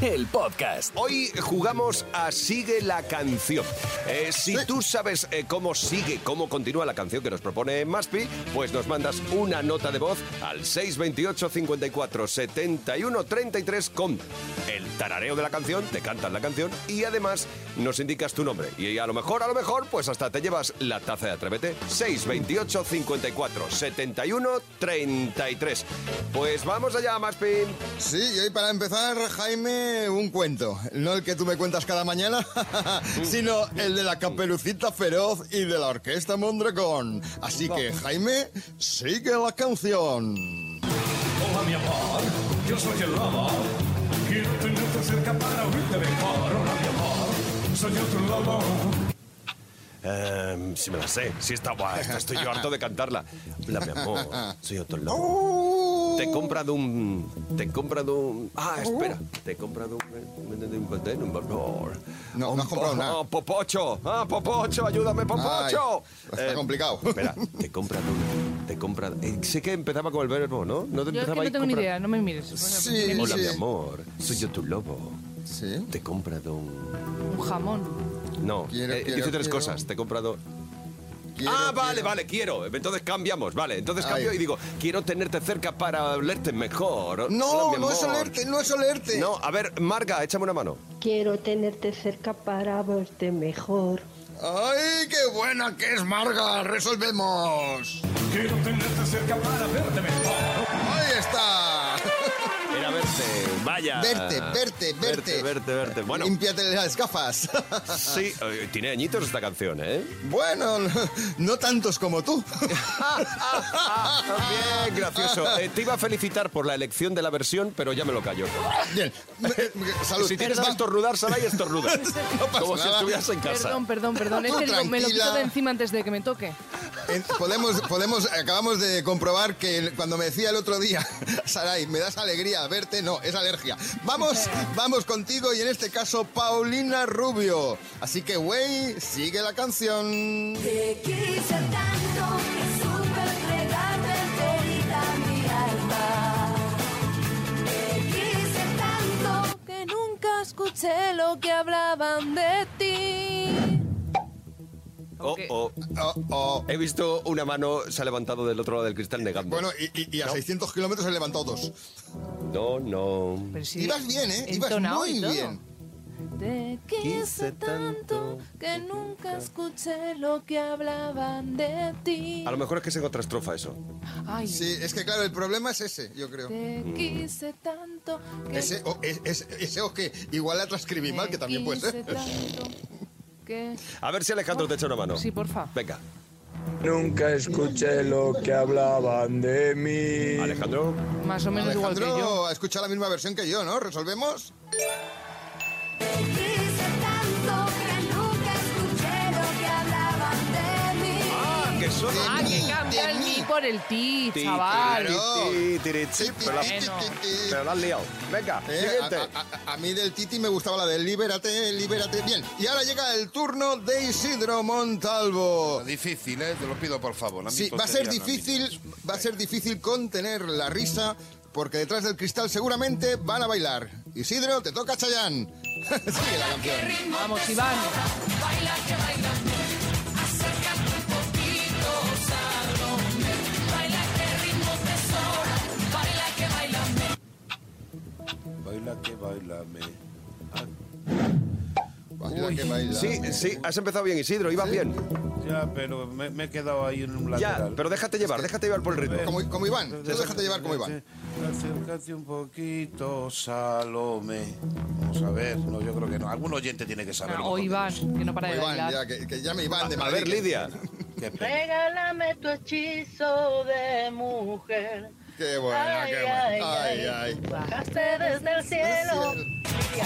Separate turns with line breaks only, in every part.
el podcast.
Hoy jugamos a Sigue la canción. Eh, si tú sabes eh, cómo sigue, cómo continúa la canción que nos propone Maspi, pues nos mandas una nota de voz al 628 54 71 33 con el tarareo de la canción, te cantas la canción y además nos indicas tu nombre. Y a lo mejor, a lo mejor, pues hasta te llevas la taza de Atrévete. 628 54 71 33. Pues vamos allá, Maspi.
Sí, y hoy para empezar, Jaime, un cuento. No el que tú me cuentas cada mañana, sino el de la caperucita feroz y de la orquesta Mondragón. Así que, Jaime, sigue la canción.
Hola Oh, mi amor, yo soy el lobo. Quiero tenerte cerca para oírte mejor. Hola mi amor, soy otro lobo.
Em, si me la sé, si está guay, esta estoy yo harto de cantarla. Hola, mi amor, soy otro lobo. Te he comprado un. Te he comprado un. Ah, espera. Te he comprado un. de un de un valor.
No,
Un
no has comprado
po-
nada.
Ah, Popocho. Ah, Popocho, ayúdame, Popocho. Eh,
Ay, está complicado.
Espera, te he comprado un. Te he comprado. eh, sé que empezaba con el verbo, ¿no? No te
Yo es que
empezaba ahí,
no tengo ni
compra-
idea, no me mires.
Sí,
Bueno,
Hola,
sí.
mi amor, soy yo tu lobo.
Sí.
Te he comprado un.
Un jamón.
No,
Quiero,
eh,
quiero,
dice tres
quiero.
cosas. Te he comprado
Quiero,
ah, vale,
quiero.
vale, quiero. Entonces cambiamos, vale. Entonces cambio
Ahí.
y digo, quiero tenerte cerca para olerte mejor. Hola,
No,
mi
no es
amor.
olerte, no es olerte.
No, a ver, Marga, échame una mano.
Quiero tenerte cerca para verte mejor.
¡Ay, qué buena que es, Marga! ¡Resolvemos!
Quiero tenerte cerca para verte mejor.
¡Ahí está!
Era verte, vaya.
Verte, verte,
Verte,
verte.
verte, verte. Bueno,
Límpiate las gafas.
sí, eh, tiene añitos esta canción, ¿eh?
bueno, no- no tantos como tú. Ah,
Bien, gracioso. Eh, te iba a felicitar por la elección de la versión, pero ya me lo callo.
Bien, salud.
Si tienes que
Va.
estornudar, Sara, y estornuda.
pasa
Como si
nada.
estuvieras en casa.
Perdón, perdón, perdón.
Tú
Este lo- me lo quito
tranquila.
de encima antes de que me toque.
Eh, podemos, podemos, acabamos de comprobar que el- cuando me decía el otro día, Saray, me das alegría verte, no, es alergia. Vamos, vamos contigo y en este caso Paulina Rubio. Así que, güey, sigue la canción.
Te quise tanto que supe entregarte enterita mi alma. Te quise tanto que nunca escuché lo que hablaban de ti.
Oh, oh.
Oh, oh.
He visto una mano se ha levantado del otro lado del cristal negando.
Bueno, y, y- y a 600 kilómetros he levantado dos.
No, no.
Pero sí,
Ibas bien, ¿eh? Ibas
entonado
muy
y todo.
bien.
Te quise tanto que nunca escuché lo que hablaban de ti.
A lo mejor es que es en otra estrofa eso.
Ay,
Sí, es que claro, el problema es ese, yo creo.
Te
Mm.
quise tanto que
Ese o, es, es- ese o que igual la transcribí mal, que también puede ser.
quise tanto que
A ver si Alejandro te echa una mano.
Sí, porfa.
Venga.
Nunca escuché lo que hablaban de mí.
Alejandro.
más o menos igual que yo.
Alejandro ha escuchado la misma versión que yo, ¿no? ¿Resolvemos?
Te quise tanto que nunca escuché lo que hablaban de mí.
¡Ah, que suena!
Ah, que cambia el mi por el ti, chaval.
claro.
Ti, ti, ti, ti,
Sí,
ti, Pero la-
ti, ti, ti, ti.
pero la has liado. Venga,
Eh,
siguiente.
a, a- a- a mí del Titi me gustaba la de Libérate, Libérate. Bien, y ahora llega el turno de Isidro Montalvo.
Difícil, ¿eh? Te lo pido, por favor. A mí
Sí, va a ser
tontería no, a mí.
difícil, va a ser difícil contener la risa porque detrás del cristal seguramente van a bailar. Isidro, te toca Chayán. Sigue la canción.
Vamos, Iván.
Baila que bailame.
Baila que baila.
Sí, sí, has empezado bien, Isidro, ibas bien.
Ya, pero me, me he quedado ahí en un
Ya,
lateral. Eh,
pero déjate llevar, déjate llevar por el ritmo.
Eh, Como, como Iván, tú déjate llevar como Iván.
Acércate un poquito, Salome. Vamos a ver, no, yo creo que no. Algún oyente tiene que saber.
Ah, o Iván, que no para
Como
de
Iván,
bailar.
ya, que, que llame Iván de
A
Madrid.
ver, Lidia.
Qué pena.
Regálame tu hechizo de mujer.
Qué buena, qué buena. Ay, ay, ay.
Bajaste desde el cielo.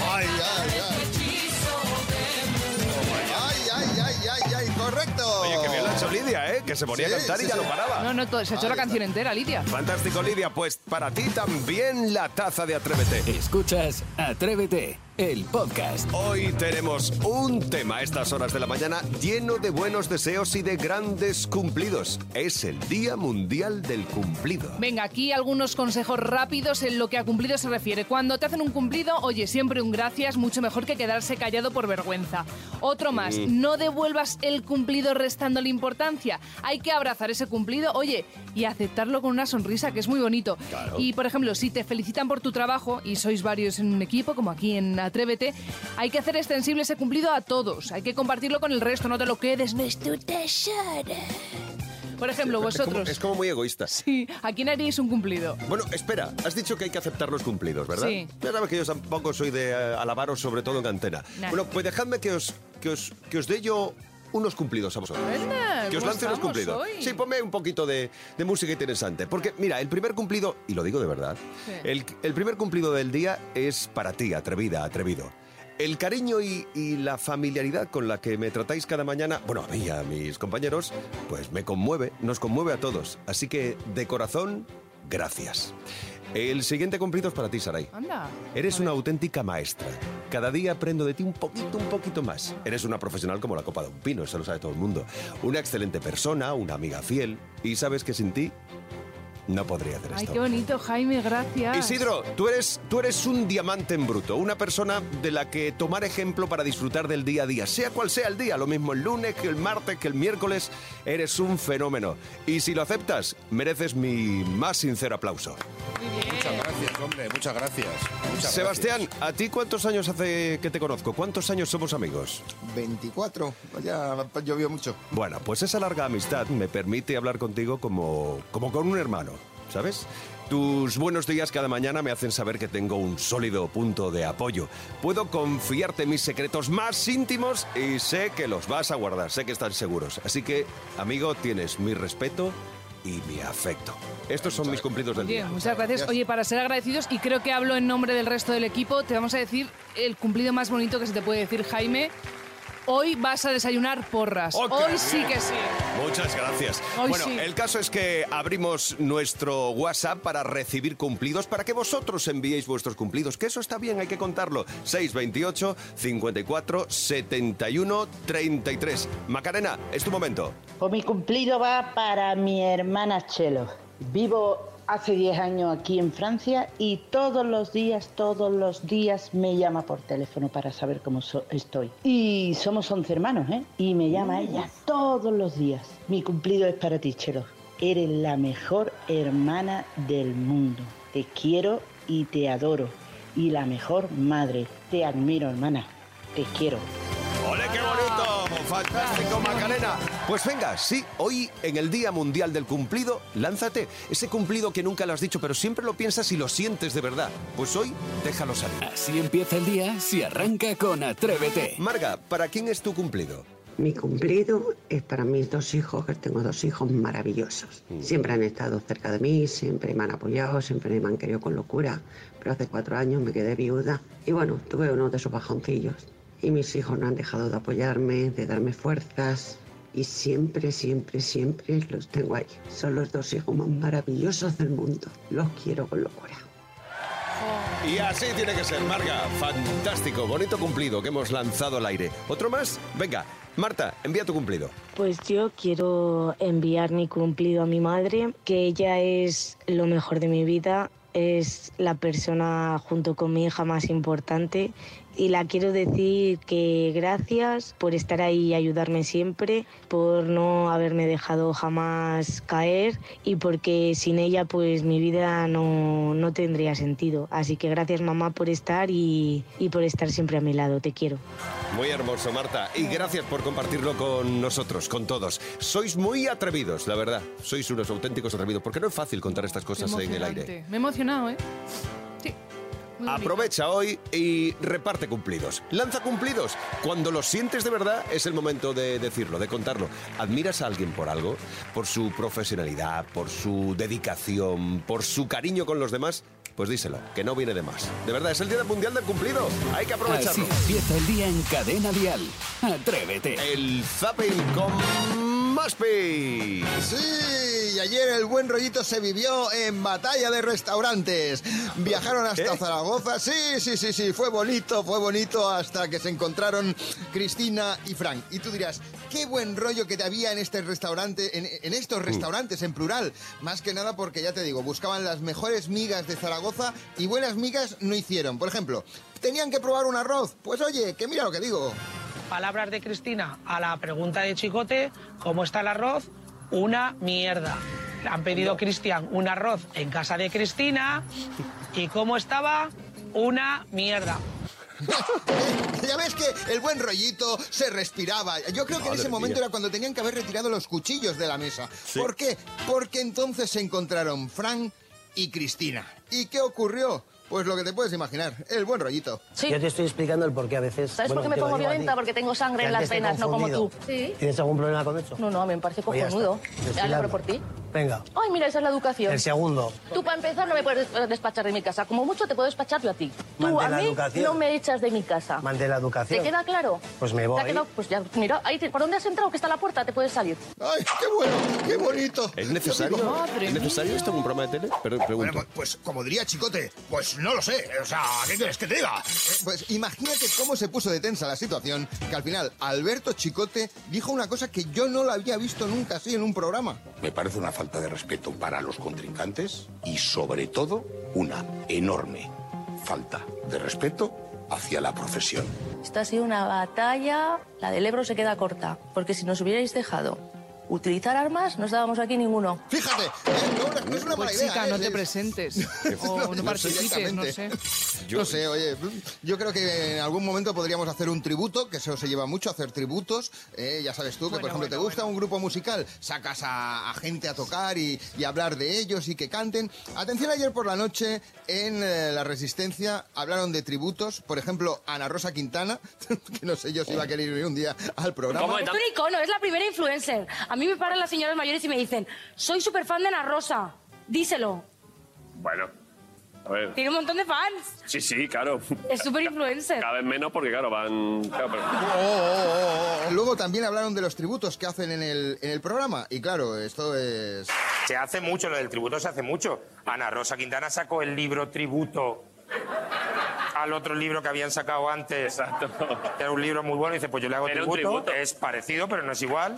Ay, ay, ay. Ay, ay, ay, ay, ay, corre correcto.
Oye, que bien lo ha hecho Lidia, ¿eh? Que se ponía
Oh. Sí,
a cantar y
sí,
ya
sí.
no paraba.
No, no, todo- se ha hecho la
Ahí está.
canción entera, Lidia.
Fantástico, Lidia. Pues para ti también la taza de Atrévete.
Escuchas Atrévete, el podcast.
Hoy tenemos un tema a estas horas de la mañana lleno de buenos deseos y de grandes cumplidos. Es el Día Mundial del Cumplido.
Venga, aquí algunos consejos rápidos en lo que a cumplido se refiere. Cuando te hacen un cumplido, oye, siempre un gracias, mucho mejor que quedarse callado por vergüenza. Otro más, no devuelvas el cumplido restándole importancia. Hay que abrazar ese cumplido, oye, y aceptarlo con una sonrisa, que es muy bonito. Y, por ejemplo, si te felicitan por tu trabajo y sois varios en un equipo, como aquí en Atrévete, hay que hacer extensible ese cumplido a todos. Hay que compartirlo con el resto, no te lo quedes, no es tu tesoro. Por ejemplo,
Es como-
vosotros.
Es como muy egoísta.
Sí, ¿a quién haríais un cumplido?
Bueno, espera, has dicho que hay que aceptar los cumplidos, ¿verdad?
Sí.
Ya sabes que yo tampoco soy de eh, alabaros, sobre todo en antena.
Nah.
Bueno, pues dejadme que os, que os, que os dé yo unos cumplidos a vosotros.
Anda,
que os
¿cómo
lance unos
estamos
cumplidos.
hoy?
Sí, ponme un poquito de, de música interesante. Porque, mira, el primer cumplido, y lo digo de verdad,
Sí.
el, el primer cumplido del día es para ti, atrevida, atrevido. El cariño y, y la familiaridad con la que me tratáis cada mañana, bueno, a mí y a mis compañeros, pues me conmueve, nos conmueve a todos. Así que, de corazón, gracias. El siguiente cumplido es para ti, Saray.
Anda.
Eres
A ver.
una auténtica maestra. Cada día aprendo de ti un poquito, un poquito más. Eres una profesional como la copa de un pino, eso lo sabe todo el mundo. Una excelente persona, una amiga fiel. Y sabes que sin ti no podría hacer
Ay,
esto.
qué bonito, Jaime, gracias.
Isidro, tú eres, tú eres un diamante en bruto, una persona de la que tomar ejemplo para disfrutar del día a día, sea cual sea el día, lo mismo el lunes que el martes que el miércoles, eres un fenómeno. Y si lo aceptas, mereces mi más sincero aplauso.
Muchas
Eh.
gracias, hombre, muchas gracias. muchas
Sebastián,
gracias.
¿a ti cuántos años hace que te conozco? ¿Cuántos años somos amigos?
24. Ya llovió mucho.
Bueno, pues esa larga amistad me permite hablar contigo como, como con un hermano, ¿sabes? Tus buenos días cada mañana me hacen saber que tengo un sólido punto de apoyo. Puedo confiarte mis secretos más íntimos y sé que los vas a guardar, sé que están seguros. Así que, amigo, tienes mi respeto y mi afecto. Estos son mis cumplidos del
Oye,
día.
muchas gracias. Oye, para ser agradecidos, y creo que hablo en nombre del resto del equipo, te vamos a decir el cumplido más bonito que se te puede decir, Jaime. Hoy vas a desayunar porras.
Ok.
Hoy sí que sí.
Muchas gracias.
Hoy
bueno,
sí.
el caso es que abrimos nuestro WhatsApp para recibir cumplidos, para que vosotros enviéis vuestros cumplidos, que eso está bien, hay que contarlo. 628 54 71 33. Macarena, es tu momento.
Pues mi cumplido va para mi hermana Chelo. Vivo hace 10 años aquí en Francia y todos los días, todos los días me llama por teléfono para saber cómo so- estoy. Y somos 11 hermanos, ¿eh? Y me llama ella todos los días. Mi cumplido es para ti, Chelo. Eres la mejor hermana del mundo. Te quiero y te adoro. Y la mejor madre. Te admiro, hermana. Te quiero.
¡Ole, qué bonito! ¡Fantástico, Macarena! Pues venga, sí, hoy en el Día Mundial del Cumplido, lánzate. Ese cumplido que nunca lo has dicho, pero siempre lo piensas y lo sientes de verdad. Pues hoy, déjalo salir.
Así empieza el día si arranca con Atrévete.
Marga, ¿para quién es tu cumplido?
Mi cumplido es para mis dos hijos, que tengo dos hijos maravillosos. Siempre han estado cerca de mí, siempre me han apoyado, siempre me han querido con locura. Pero hace cuatro años me quedé viuda y bueno, tuve uno de esos bajoncillos. Y mis hijos no han dejado de apoyarme, de darme fuerzas. Y siempre, siempre, siempre los tengo ahí. Son los dos hijos más maravillosos del mundo. Los quiero con locura.
Y así tiene que ser, Marga. Fantástico, bonito cumplido que hemos lanzado al aire. ¿Otro más? Venga, Marta, envía tu cumplido.
Pues yo quiero enviar mi cumplido a mi madre, que ella es lo mejor de mi vida, es la persona junto con mi hija más importante y la quiero decir que gracias por estar ahí y ayudarme siempre, por no haberme dejado jamás caer y porque sin ella pues mi vida no, no tendría sentido. Así que gracias mamá por estar y, y por estar siempre a mi lado, te quiero.
Muy hermoso, Marta. Y gracias por compartirlo con nosotros, con todos. Sois muy atrevidos, la verdad. Sois unos auténticos atrevidos, porque no es fácil contar estas
Qué
cosas en el aire.
emocionante. Me he emocionado, ¿eh? Sí. Muy bonito.
Aprovecha hoy y reparte cumplidos. Lanza cumplidos. Cuando los sientes de verdad es el momento de decirlo, de contarlo. ¿Admiras a alguien por algo? ¿Por su profesionalidad? ¿Por su dedicación? ¿Por su cariño con los demás? pues díselo, que no viene de más. De verdad, es el Día Mundial del Cumplido. Hay que
Así
aprovecharlo.
empieza el día en Cadena Dial. Atrévete.
El Zapping con Maspi.
Sí, y ayer el buen rollito se vivió en batalla de restaurantes. Viajaron hasta Zaragoza. Sí, sí, sí, sí, fue bonito, fue bonito hasta que se encontraron Cristina y Frank. Y tú dirás, qué buen rollo que te había en este restaurante, en, en estos restaurantes en plural. Más que nada porque ya te digo, buscaban las mejores migas de Zaragoza y buenas migas no hicieron. Por ejemplo, tenían que probar un arroz. Pues oye, que mira lo que digo.
Palabras de Cristina a la pregunta de Chicote, ¿cómo está el arroz? Una mierda. Han pedido Cristian un arroz en casa de Cristina y ¿cómo estaba? Una mierda.
Ya ves que el buen rollito se respiraba. Yo creo que en
Madre
ese momento
mía.
era cuando tenían que haber retirado los cuchillos de la mesa. ¿Por qué? Porque entonces se encontraron Frank y Cristina. ¿Y qué ocurrió? Pues lo que te puedes imaginar, el buen rollito.
Sí. Yo te estoy explicando el por qué a veces...
¿Sabes
bueno,
por
te
qué me
lo digo
pongo
a ti.
violenta? Porque tengo sangre
Que
en las
antes te he
venas, no como tú.
confundido. ¿Tienes algún problema con eso?
No, no, a mí me parece
Pues ya
cojonudo.
está.
Me alegro por ti.
Venga,
Ay, mira, esa es la educación.
el segundo.
Tú, para empezar, no me puedes despachar de mi casa. Como mucho te puedo despachar yo a ti. Tú
Mantén
a
la
mí
educación.
no me echas de mi casa.
Mantén la educación.
¿Te queda claro?
Pues me
¿Te ha
voy.
quedado? Pues ya, mira, ahí te- ¿por dónde has entrado? Que está la puerta, te puedes salir.
¡Ay, qué bueno! ¡Qué bonito!
¿Es necesario?
Madre
¿Es necesario esto en un programa de tele? Pero pregunto.
pues como diría Chicote, pues no lo sé. O sea, ¿qué quieres que te diga? Eh, Pues imagínate cómo se puso de tensa la situación, que al final Alberto Chicote dijo una cosa que yo no la había visto nunca así en un programa.
Me parece una falta de respeto para los contrincantes y sobre todo una enorme falta de respeto hacia la profesión.
Esta ha sido una batalla, la del Ebro se queda corta, porque si nos hubierais dejado utilizar armas, no estábamos aquí ninguno.
Fíjate, no es una
Pues,
mala idea,
chica,
¿eh?
no te
Es-
presentes. o no participes, no sé.
Yo, no sé, oye, yo creo que en algún momento podríamos hacer un tributo, que eso se lleva mucho, hacer tributos. eh, ya sabes tú que, por ejemplo, te gusta un grupo musical, sacas a, a gente a tocar y, y hablar de ellos y que canten. Atención, ayer por la noche en eh, La Resistencia hablaron de tributos, por ejemplo, Ana Rosa Quintana, que no sé yo si iba a querer ir un día al programa.
Es un icono, es la primera influencer. A mí me paran las señoras mayores y me dicen, soy súper fan de Ana Rosa, díselo.
Bueno, a ver.
Tiene un montón de fans.
Sí, sí, claro.
Es súper influencer.
Cada vez menos porque, claro, van. claro, pero-
Luego también hablaron de los tributos que hacen en el, en el programa. Y claro, esto es...
Se hace mucho, lo del tributo se hace mucho. Ana Rosa Quintana sacó el libro tributo al otro libro que habían sacado antes. Exacto. Era un libro muy bueno y dice, pues yo le hago
Era un
tributo.
tributo.
Es parecido, pero no es igual.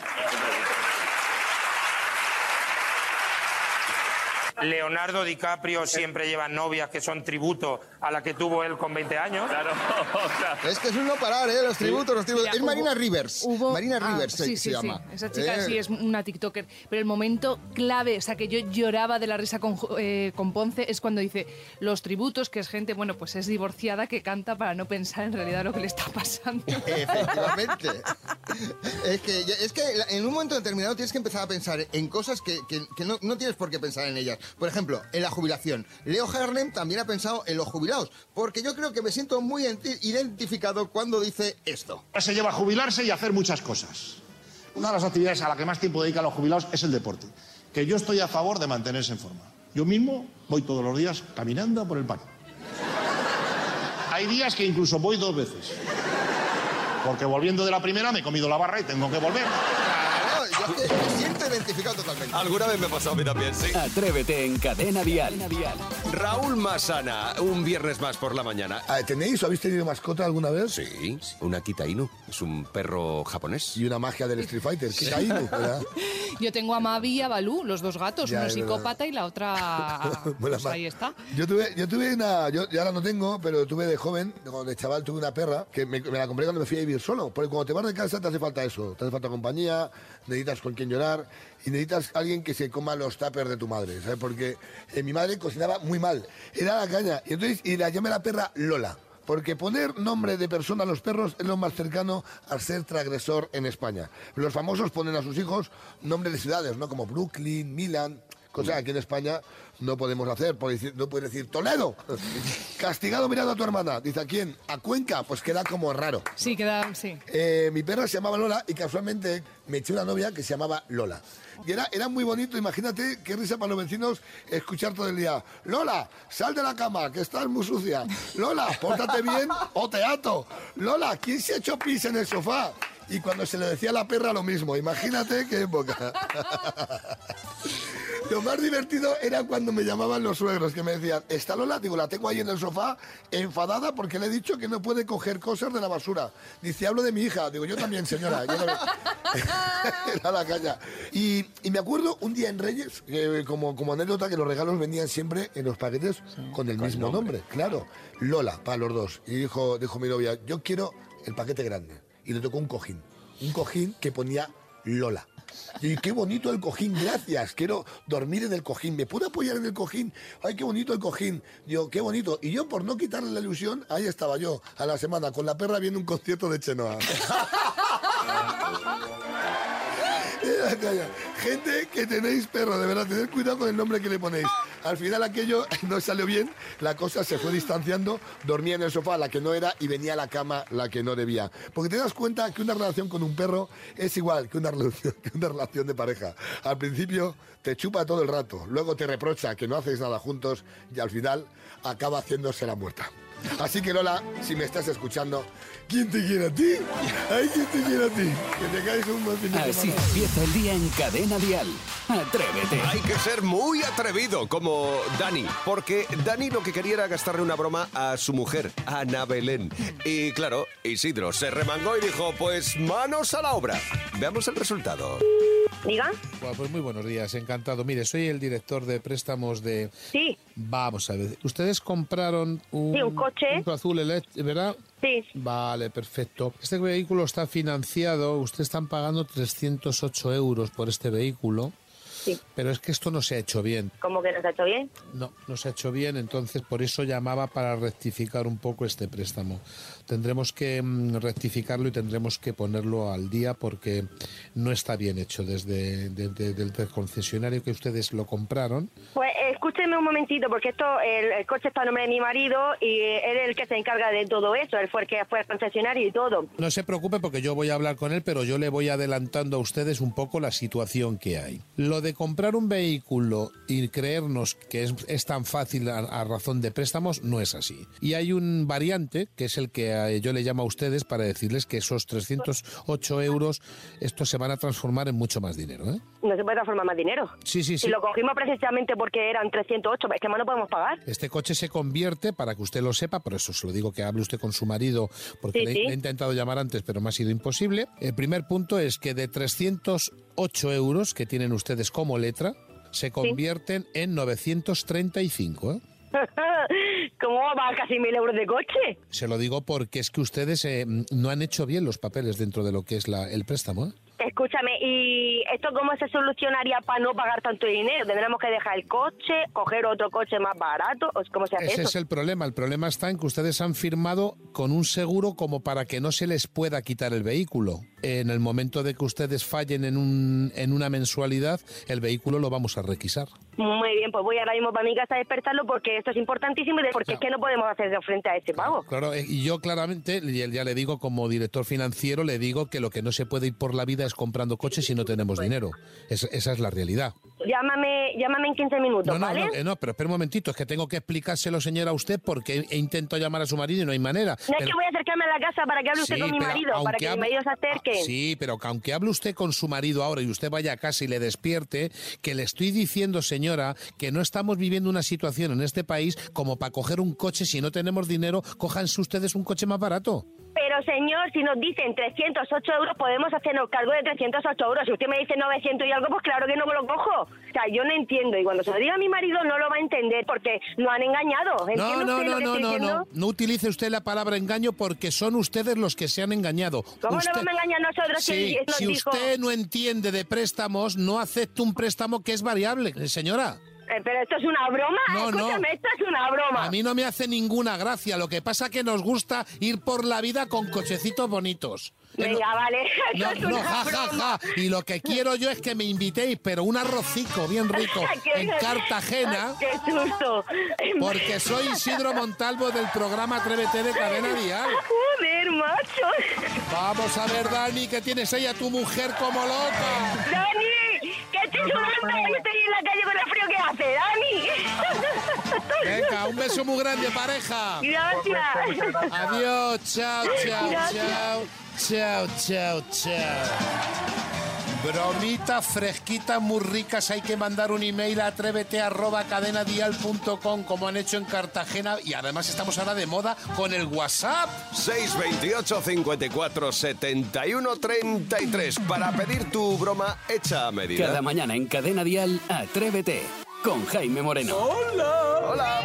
Leonardo DiCaprio siempre lleva novias que son tributo a la que tuvo él con 20 años. Claro,
Es que es un no parar, ¿eh? Los tributos, los tributos.
Mira,
es
hubo-
Marina Rivers.
hubo-
Marina
ah,
Rivers se,
sí,
se
sí, sí.
llama.
Esa chica
Eh,
sí es una TikToker. Pero el momento clave, o sea, que yo lloraba de la risa con, Jo- eh, con Ponce, es cuando dice los tributos, que es gente, bueno, pues es divorciada que canta para no pensar en realidad lo que le está pasando.
Efectivamente. es que, ya- es que la- en un momento determinado tienes que empezar a pensar en cosas que, que- que no, no tienes por qué pensar en ellas. Por ejemplo, en la jubilación. Leo Harlem también ha pensado en los jubilados, porque yo creo que me siento muy identi- identificado cuando dice esto.
Se lleva a jubilarse y a hacer muchas cosas. Una de las actividades a la que más tiempo dedican los jubilados es el deporte. Que yo estoy a favor de mantenerse en forma. Yo mismo voy todos los días caminando por el parque. Hay días que incluso voy dos veces. Porque volviendo de la primera me he comido la barra y tengo que volver.
Claro, yo es que me siento identificado totalmente.
pues, Alguna vez me ha pasado a mí también, sí.
Atrévete en Cadena Dial.
Raúl Masana, un viernes más por la mañana.
Ah, ¿Tenéis o habéis tenido mascota alguna vez?
Sí, una Kita Inu. Es un perro japonés. Y
una magia del Street Fighter, Kita Inu, ¿verdad?
Yo tengo a Mavi y a Balú, los dos gatos,
Ya,
uno
es verdad.
psicópata y la otra.
Buena
pues
ma-
ahí está.
Yo tuve, yo tuve una, yo ya ahora no tengo, pero tuve de joven, cuando de chaval tuve una perra que me, me la compré cuando me fui a vivir solo. Porque cuando te vas de casa te hace falta eso, te hace falta compañía, necesitas con quien llorar y necesitas alguien que se coma los tuppers de tu madre, ¿sabes? Porque eh, mi madre cocinaba muy mal, era la caña. Y entonces, y la llamé a la perra Lola. Porque poner nombre de persona a los perros es lo más cercano a ser transgresor en España. Los famosos ponen a sus hijos nombres de ciudades, ¿no? Como Brooklyn, Milán, Cosa que aquí en España no podemos hacer. porque dici- No puedes decir, Toledo, castigado mirando a tu hermana. Dice, ¿a quién? A Cuenca. Pues queda como raro.
Sí, queda, sí.
Eh, mi perra se llamaba Lola y casualmente me eché una novia que se llamaba Lola. Y era, era muy bonito, imagínate qué risa para los vecinos escuchar todo el día. Lola, sal de la cama, que estás muy sucia. Lola, pórtate bien o te ato. Lola, ¿quién se ha hecho pis en el sofá? Y cuando se le decía a la perra lo mismo, imagínate qué época. Lo más divertido era cuando me llamaban los suegros, que me decían, está Lola, digo, la tengo ahí en el sofá, enfadada porque le he dicho que no puede coger cosas de la basura. Dice, hablo de mi hija. Digo, yo también, señora. Yo también". era la caña. Y, y me acuerdo un día en Reyes, que, eh, como, como anécdota, que los regalos venían siempre en los paquetes con el mismo nombre. Claro, Lola, para los dos. Y dijo, dijo mi novia, yo quiero el paquete grande. Y le tocó un cojín. Un cojín que ponía Lola. Y qué bonito el cojín, gracias. Quiero dormir en el cojín. ¿Me puedo apoyar en el cojín? Ay, qué bonito el cojín. Digo, qué bonito. Y yo, por no quitarle la ilusión, ahí estaba yo, a la semana, con la perra viendo un concierto de Chenoa. Mira, calla. Gente que tenéis perro, de verdad, tened cuidado con el nombre que le ponéis. Al final aquello no salió bien, la cosa se fue distanciando, dormía en el sofá la que no era y venía a la cama la que no debía. Porque te das cuenta que una relación con un perro es igual que una relación, que una relación de pareja. Al principio te chupa todo el rato, luego te reprocha que no hacéis nada juntos y al final acaba haciéndose la muerta. Así que Lola, si me estás escuchando, ¿quién te quiere a ti? ¡Ay, quién te quiere a ti! Que tengáis un buen fin de
Así
semana.
empieza el día en Cadena Dial. Atrévete.
Hay que ser muy atrevido como Dani, porque Dani lo que quería era gastarle una broma a su mujer, Ana Belén. Y claro, Isidro se remangó y dijo, pues manos a la obra. Veamos el resultado.
Diga.
pues muy buenos días, encantado. Mire, soy el director de préstamos de... Sí. Vamos a ver, ustedes compraron un...
Sí, un coche.
punto azul, elect- ¿verdad?
Sí.
Vale, perfecto. Este vehículo está financiado, ustedes están pagando 308 euros por este vehículo.
Sí.
Pero es que esto no se ha hecho bien.
¿Cómo que nos ha hecho bien?
No, no se ha hecho bien, entonces por eso llamaba para rectificar un poco este préstamo. Tendremos que mm, rectificarlo y tendremos que ponerlo al día porque no está bien hecho desde, desde, desde el concesionario que ustedes lo compraron.
Pues eh, escúcheme un momentito, porque esto, el, el coche está a nombre de mi marido y eh, él es el que se encarga de todo eso. Él fue el que fue al concesionario y todo.
No se preocupe porque yo voy a hablar con él, pero yo le voy adelantando a ustedes un poco la situación que hay. Lo de comprar un vehículo y creernos que es, es tan fácil a, a razón de préstamos no es así. Y hay un variante que es el que eh, yo le llamo a ustedes para decirles que esos 308 euros, estos se van a transformar en mucho más dinero. ¿eh?
No se puede transformar más dinero.
Sí, sí, sí.
Y lo cogimos precisamente porque eran 308, es que más no podemos pagar.
Este coche se convierte, para que usted lo sepa, por eso se lo digo que hable usted con su marido, porque
Sí,
le,
sí.
le he intentado llamar antes, pero me ha sido imposible. El primer punto es que de 308 euros que tienen ustedes como letra, se convierten en 935. ¿eh?
¿Cómo va a pagar casi mil euros de coche?
Se lo digo porque es que ustedes eh, no han hecho bien los papeles dentro de lo que es la- el préstamo. ¿eh?
Escúchame, ¿y esto cómo se solucionaría para no pagar tanto dinero? ¿Tendremos que dejar el coche, coger otro coche más barato? ¿O ¿Cómo se hace
Ese
eso?
es el problema. El problema está en que ustedes han firmado con un seguro como para que no se les pueda quitar el vehículo. En el momento de que ustedes fallen en, un, en una mensualidad, el vehículo lo vamos a requisar.
Muy bien, pues voy ahora mismo para mi casa a despertarlo porque esto es importantísimo y de- porque es que no podemos hacer frente a este pago.
Claro, eh, y yo claramente, ya, ya le digo como director financiero, le digo que lo que no se puede ir por la vida es comprando coches si no tenemos dinero. Es- esa es la realidad.
Llámame, llámame en 15 minutos,
No, no,
¿vale?
no, eh, no, pero espera un momentito, es que tengo que explicárselo, señora, a usted porque he, he intentado llamar a su marido y no hay manera.
No es
Pero-
que voy a acercarme a la casa para que hable usted
Sí,
con mi
pero
marido, para
aunque Ah,
que mi
hable-
marido se acerque.
Sí, pero que aunque hable usted con su marido ahora y usted vaya a casa y le despierte, que le estoy diciendo, señora, que no estamos viviendo una situación en este país como para coger un coche si no tenemos dinero, cójanse ustedes un coche más barato.
Pero señor, si nos dicen 308 euros, podemos hacernos cargo de 308 euros. Si usted me dice 900 y algo, pues claro que no me lo cojo. O sea, yo no entiendo. Y cuando se lo diga a mi marido, no lo va a entender porque nos han engañado.
No,
¿Entiende
no, no,
usted lo que
no,
estoy
no,
diciendo?
diciendo?
no. No utilice usted la palabra engaño porque son ustedes los que se han engañado.
¿Cómo nos
Usted-
vamos a engañar nosotros si
Sí,
él nos
si
dijo-
usted no entiende de préstamos, no acepte un préstamo que es variable, señora.
Eh, pero esto es una broma,
No, no.
escúchame, esto es una broma.
A mí no me hace ninguna gracia. Lo que pasa que nos gusta ir por la vida con cochecitos bonitos.
Venga, vale, esto
No,
es
no,
una
ja, ja,
broma.
ja. Y lo que quiero yo es que me invitéis, pero un arrocico bien rico en Cartagena.
¡Qué susto!
Porque soy Isidro Montalvo del programa Atrévete de Cadena Dial.
¡Joder, macho!
Vamos a ver, Dani, que tienes ahí a tu mujer como loca.
¡Dani! ¡Que estoy sudando y estoy en la calle con el frío que hace! ¡Dani!
Venga, un beso muy grande, pareja.
Gracias.
Adiós, chao, chao,
Gracias.
chao. Chao, chao, chao. Bromitas fresquitas muy ricas, hay que mandar un email a atrévete arroba cadenadial.com como han hecho en Cartagena y además estamos ahora de moda con el WhatsApp.
628 54 71 33 para pedir tu broma hecha a medida.
Cada mañana en Cadena Dial, Atrévete con Jaime Moreno.
¡Hola! ¡Hola!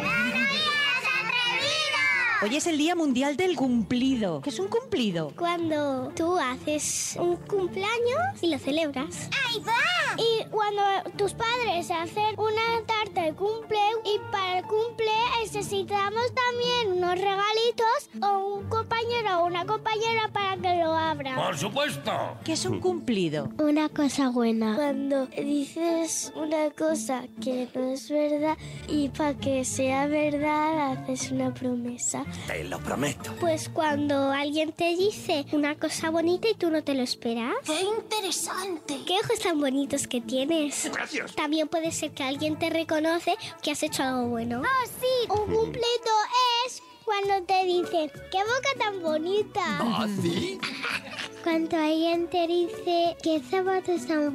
Hoy es el Día Mundial del Cumplido. ¿Qué es un cumplido?
Cuando tú haces un cumpleaños y lo celebras. ¡Ahí va! Y cuando tus padres hacen una tarta de cumple y para el cumple necesitamos también unos regalitos o un compañero o una compañera para que lo abra.
supuesto! ¿Qué es un cumplido?
Una cosa buena. Cuando dices una cosa que no es verdad y para que sea verdad haces una promesa.
Te lo prometo.
Pues cuando alguien te dice una cosa bonita y tú no te lo esperas. ¡Qué interesante! ¡Qué ojos tan bonitos que tienes! Gracias. También puede ser que alguien te reconoce que has hecho algo bueno. ¡Oh, sí! Un completo es cuando te dicen ¡qué boca tan bonita!
sí?
Cuando alguien te dice qué zapatos tan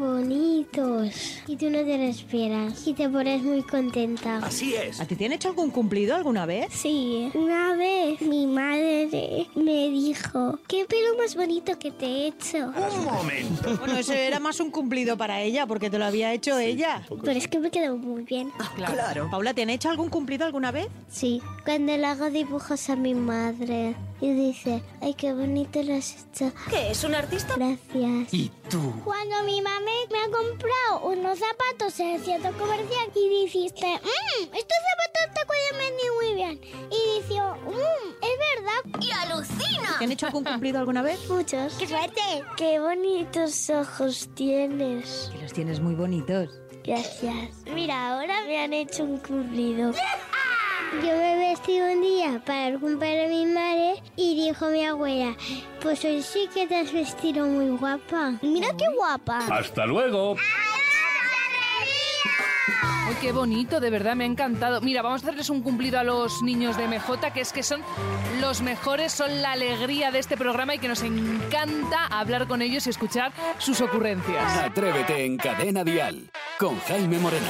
bonitos y tú no te lo esperas y te pones muy contenta.
Así es. ¿A ti te han hecho algún cumplido alguna vez?
Sí, una vez mi madre me dijo, qué pelo más bonito que te he hecho.
Un momento. Bueno, eso era más un cumplido para ella porque te lo había hecho ella. Ah,
Pero es que me quedó muy bien.
Claro. Paula, ¿te han hecho algún cumplido alguna vez?
Sí, cuando le hago dibujos a mi madre y dice, ay, qué bonito lo has hecho. ¿Qué es un artista? Gracias.
¿Y tú?
Cuando mi mamá me ha comprado unos zapatos en el centro comercial y dijiste, mmm, estos zapatos te cuidan venir muy bien. Y dice, mmm, es verdad. Y alucina.
¿Te han hecho algún cumplido alguna vez?
Muchos. ¡Qué suerte! ¡Qué bonitos ojos tienes!
Los tienes muy bonitos.
Gracias. Mira, ahora me han hecho un cumplido. Yo me vestí un día para el cumpleaños de mi madre y dijo mi abuela, pues hoy sí que te has vestido muy guapa. Mira qué guapa.
Hasta luego.
Ay, qué bonito, de verdad, me ha encantado. Mira, vamos a hacerles un cumplido a los niños de MJ, que es que son los mejores, son la alegría de este programa y que nos encanta hablar con ellos y escuchar sus ocurrencias.
Atrévete en Cadena Dial con Jaime Moreno.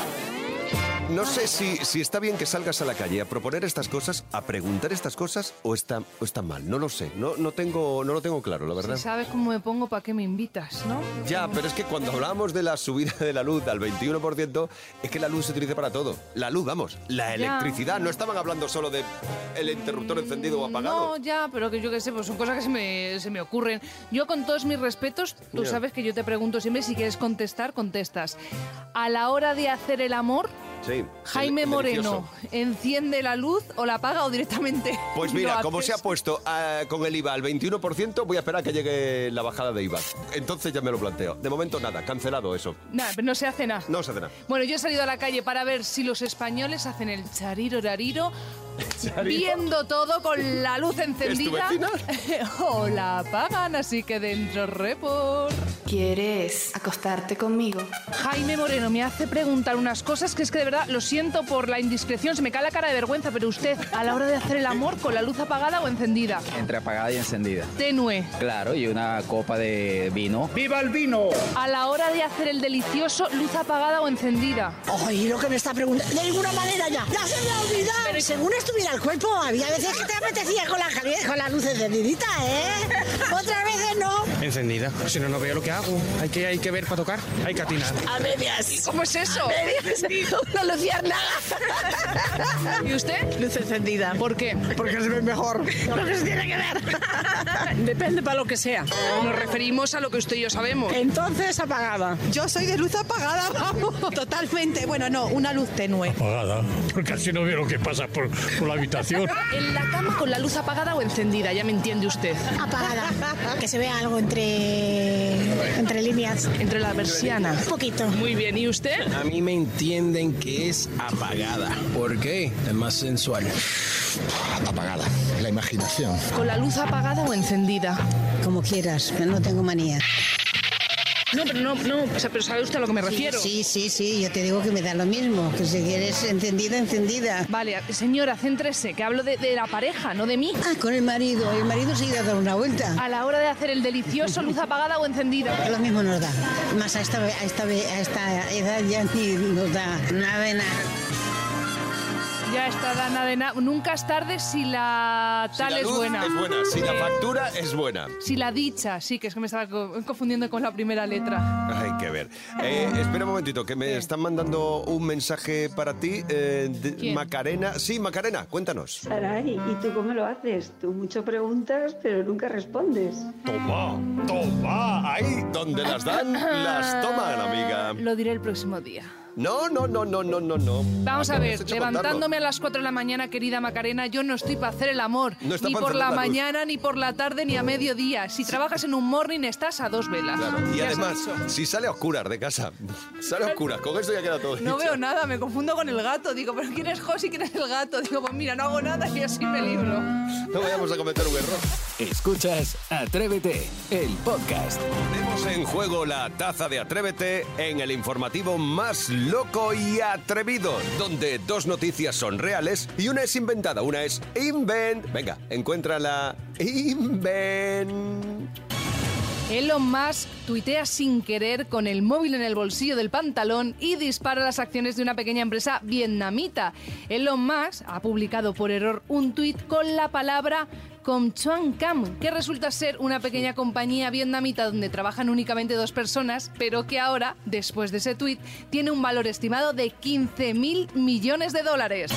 No sé si, si está bien que salgas a la calle a proponer estas cosas, a preguntar estas cosas o está, o está mal. No lo sé. No, no, tengo, no lo tengo claro, la verdad.
Si sabes cómo me pongo, ¿para qué me invitas, no?
Ya, pero es que cuando hablábamos de la subida de la luz al 21%, es que la luz se utiliza para todo. La luz, vamos, la electricidad. No estaban hablando solo de el interruptor encendido o
No,
apagado.
ya, pero que yo qué sé, pues son cosas que se me, se me ocurren. Yo, con todos mis respetos, tú
Ya.
sabes que yo te pregunto siempre si quieres contestar, contestas. A la hora de hacer el amor,
Sí.
Jaime
del-
Moreno,
delicioso.
¿enciende la luz o la apaga o directamente?
Pues
lo
mira,
hace?
como se ha puesto ah, con el IVA al 21%, voy a esperar a que llegue la bajada de IVA. Entonces ya me lo planteo. De momento nada, cancelado eso.
Nah, no se hace nada.
No se hace nada.
Bueno, yo he salido a la calle para ver si los españoles hacen el chariro rariro, viendo todo con la luz encendida.
vecina?
o la apagan, así que dentro report.
¿Quieres acostarte conmigo?
Jaime Moreno me hace preguntar unas cosas que es que de verdad lo siento por la indiscreción, se me cae la cara de vergüenza, pero usted a la hora de hacer el amor con la luz apagada o encendida,
Entre apagada y encendida.
tenue.
Claro, y una copa de vino. ¡Viva el vino!
A la hora de hacer el delicioso, luz apagada o encendida.
Ay, lo que me está preguntando. De ninguna manera ya. ¡Ya se me ha olvidado! Según esto
tuviera el cuerpo. Había veces que te apetecía con las, jali- con las luces encendiditas, ¿eh? Otras veces no.
Encendida. Si no, no veo lo que hago. Hay que, hay que ver para tocar. Hay que atinar.
A medias.
¿Cómo es eso?
A medias. No lucías nada.
¿Y usted?
Luz encendida.
¿Por qué?
Porque se ve mejor. Lo que se tiene que ver.
Depende para lo que sea. Nos referimos a lo que usted y yo sabemos.
Entonces apagada. Yo soy de luz apagada, vamos.
Totalmente, bueno, no, una luz tenue.
Apagada. Porque así no veo lo que pasa por, por la habitación.
En la cama con la luz apagada o encendida, ya me entiende usted.
Apagada. Que se vea algo entre. entre líneas.
Entre la persiana.
Un poquito.
Muy bien, ¿y usted?
A mí me entienden que es apagada. ¿Por qué? Es más sensual. Apagada. La imaginación.
¿Con la luz apagada o encendida?
Como quieras, yo no tengo manía.
No, pero no, no, o sea, pero sabe usted a lo que me refiero.
Sí, sí, sí, yo te digo que me da lo mismo, que si quieres encendida, encendida.
Vale, señora, céntrese, que hablo de, de la pareja, no de mí.
Ah, con el marido, el marido se irá a dar una vuelta.
A la hora de hacer el delicioso, luz apagada o encendida.
Lo mismo nos da. Más a esta, a esta, a esta edad ya ni nos da nada de nada.
Ya está, Dana de na- Nunca es tarde si la
Si
tal
la
es
luz
buena.
Es buena. Si la
Eh,
factura es buena.
Si la dicha, sí, que es que me estaba co- confundiendo con la primera letra.
Hay que ver. Eh,
Ah.
espera un momentito, que me están mandando un mensaje para ti. eh, de-
¿Quién?
Macarena. Sí, Macarena, cuéntanos.
Saray, ¿y tú cómo lo haces? Tú mucho preguntas, pero nunca respondes.
Toma, toma. Ahí donde las dan, las toman, amiga.
Ah, Lo diré el próximo día.
No, no, no, no, no, no, no.
Vamos a
No Ah, me
ver,
has hecho contarlo.
levantándome a las 4 de la mañana, querida Macarena, yo no estoy para hacer el amor.
No está
ni
pa'
por
encender
la,
la luz.
mañana, ni por la tarde, ni a mediodía. Si trabajas en un morning, estás a dos velas.
Claro. Y
Ya se lo he
además,
dicho.
si sale a oscuras de casa, sale a oscuras. Con esto ya queda todo.
No
dicho.
veo nada, me confundo con el gato. Digo, ¿pero quién es José y quién es el gato? Digo, pues mira, no hago nada y así me libro.
No vayamos a cometer un error.
Escuchas Atrévete, el podcast.
Tenemos en juego la taza de Atrévete en el informativo más loco y atrevido, donde dos noticias son reales y una es inventada, una es invent. Venga, encuentra la invent.
Elon Musk tuitea sin querer con el móvil en el bolsillo del pantalón y dispara las acciones de una pequeña empresa vietnamita. Elon Musk ha publicado por error un tuit con la palabra Comchuan Cam, que resulta ser una pequeña compañía vietnamita donde trabajan únicamente dos personas, pero que ahora, después de ese tuit, tiene un valor estimado de 15.000 millones de dólares.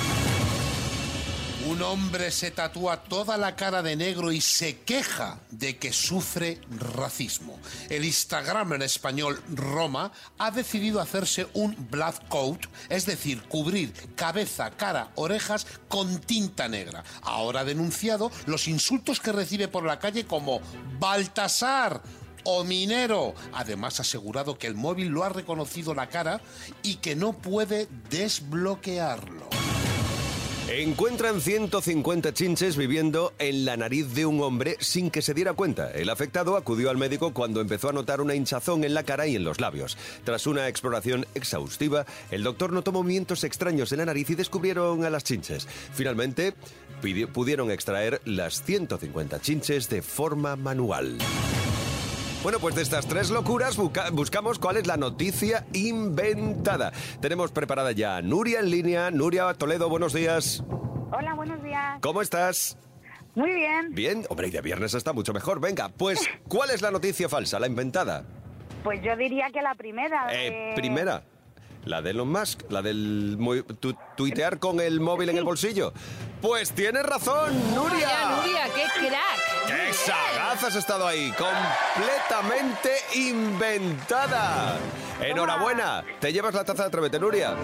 Un hombre se tatúa toda la cara de negro y se queja de que sufre racismo. El Instagram en español Roma ha decidido hacerse un black coat, es decir, cubrir cabeza, cara, orejas con tinta negra. Ahora ha denunciado los insultos que recibe por la calle como Baltasar, o minero. Además, ha asegurado que el móvil lo ha reconocido la cara y que no puede desbloquearlo.
Encuentran 150 chinches viviendo en la nariz de un hombre sin que se diera cuenta. El afectado acudió al médico cuando empezó a notar una hinchazón en la cara y en los labios. Tras una exploración exhaustiva, el doctor notó movimientos extraños en la nariz y descubrieron a las chinches. Finalmente, pidi- pudieron extraer las 150 chinches de forma manual. Bueno, pues de estas tres locuras buca- buscamos cuál es la noticia inventada. Tenemos preparada ya a Nuria en línea. Nuria Toledo, buenos días.
Hola, buenos días.
¿Cómo estás?
Muy bien.
Bien, hombre, y de viernes está mucho mejor. Venga, pues, ¿cuál es la noticia falsa, la inventada?
Pues yo diría que la primera.
Eh,
de-
primera, la de Elon Musk, la del mu- tu- tuitear con el móvil en el bolsillo. Pues tienes razón, Nuria.
Vaya, Nuria, qué crack.
¡Qué sagaz has estado ahí! ¡Completamente inventada! Enhorabuena, te llevas la taza de Atrévete, Nuria.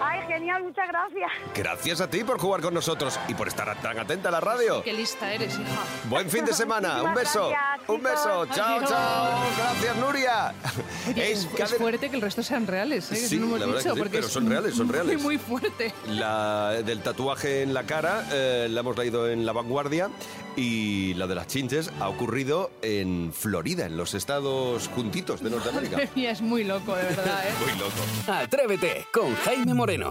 Ay, genial, muchas gracias.
Gracias a ti por jugar con nosotros y por estar tan atenta a la radio.
Qué lista eres, ¿eh? hija.
Buen fin de semana, un
Muchísimas
beso.
gracias,
un beso,
chicos.
chao,
Adiós.
chao. Gracias, Nuria.
Oye, es,
En
es
cadena-
fuerte que el resto sean reales, ¿eh? Eso
Sí,
no hemos
la verdad
dicho,
que sí,
porque
pero
es
son reales, son
muy,
reales.
Muy fuerte.
La del tatuaje en la cara eh, la hemos leído en La Vanguardia y la de las chinches ha ocurrido en Florida, en los estados juntitos de Norteamérica.
Madre mía, es muy loco, de verdad, ¿eh?
Muy loco.
Atrévete con Jaime Moreno.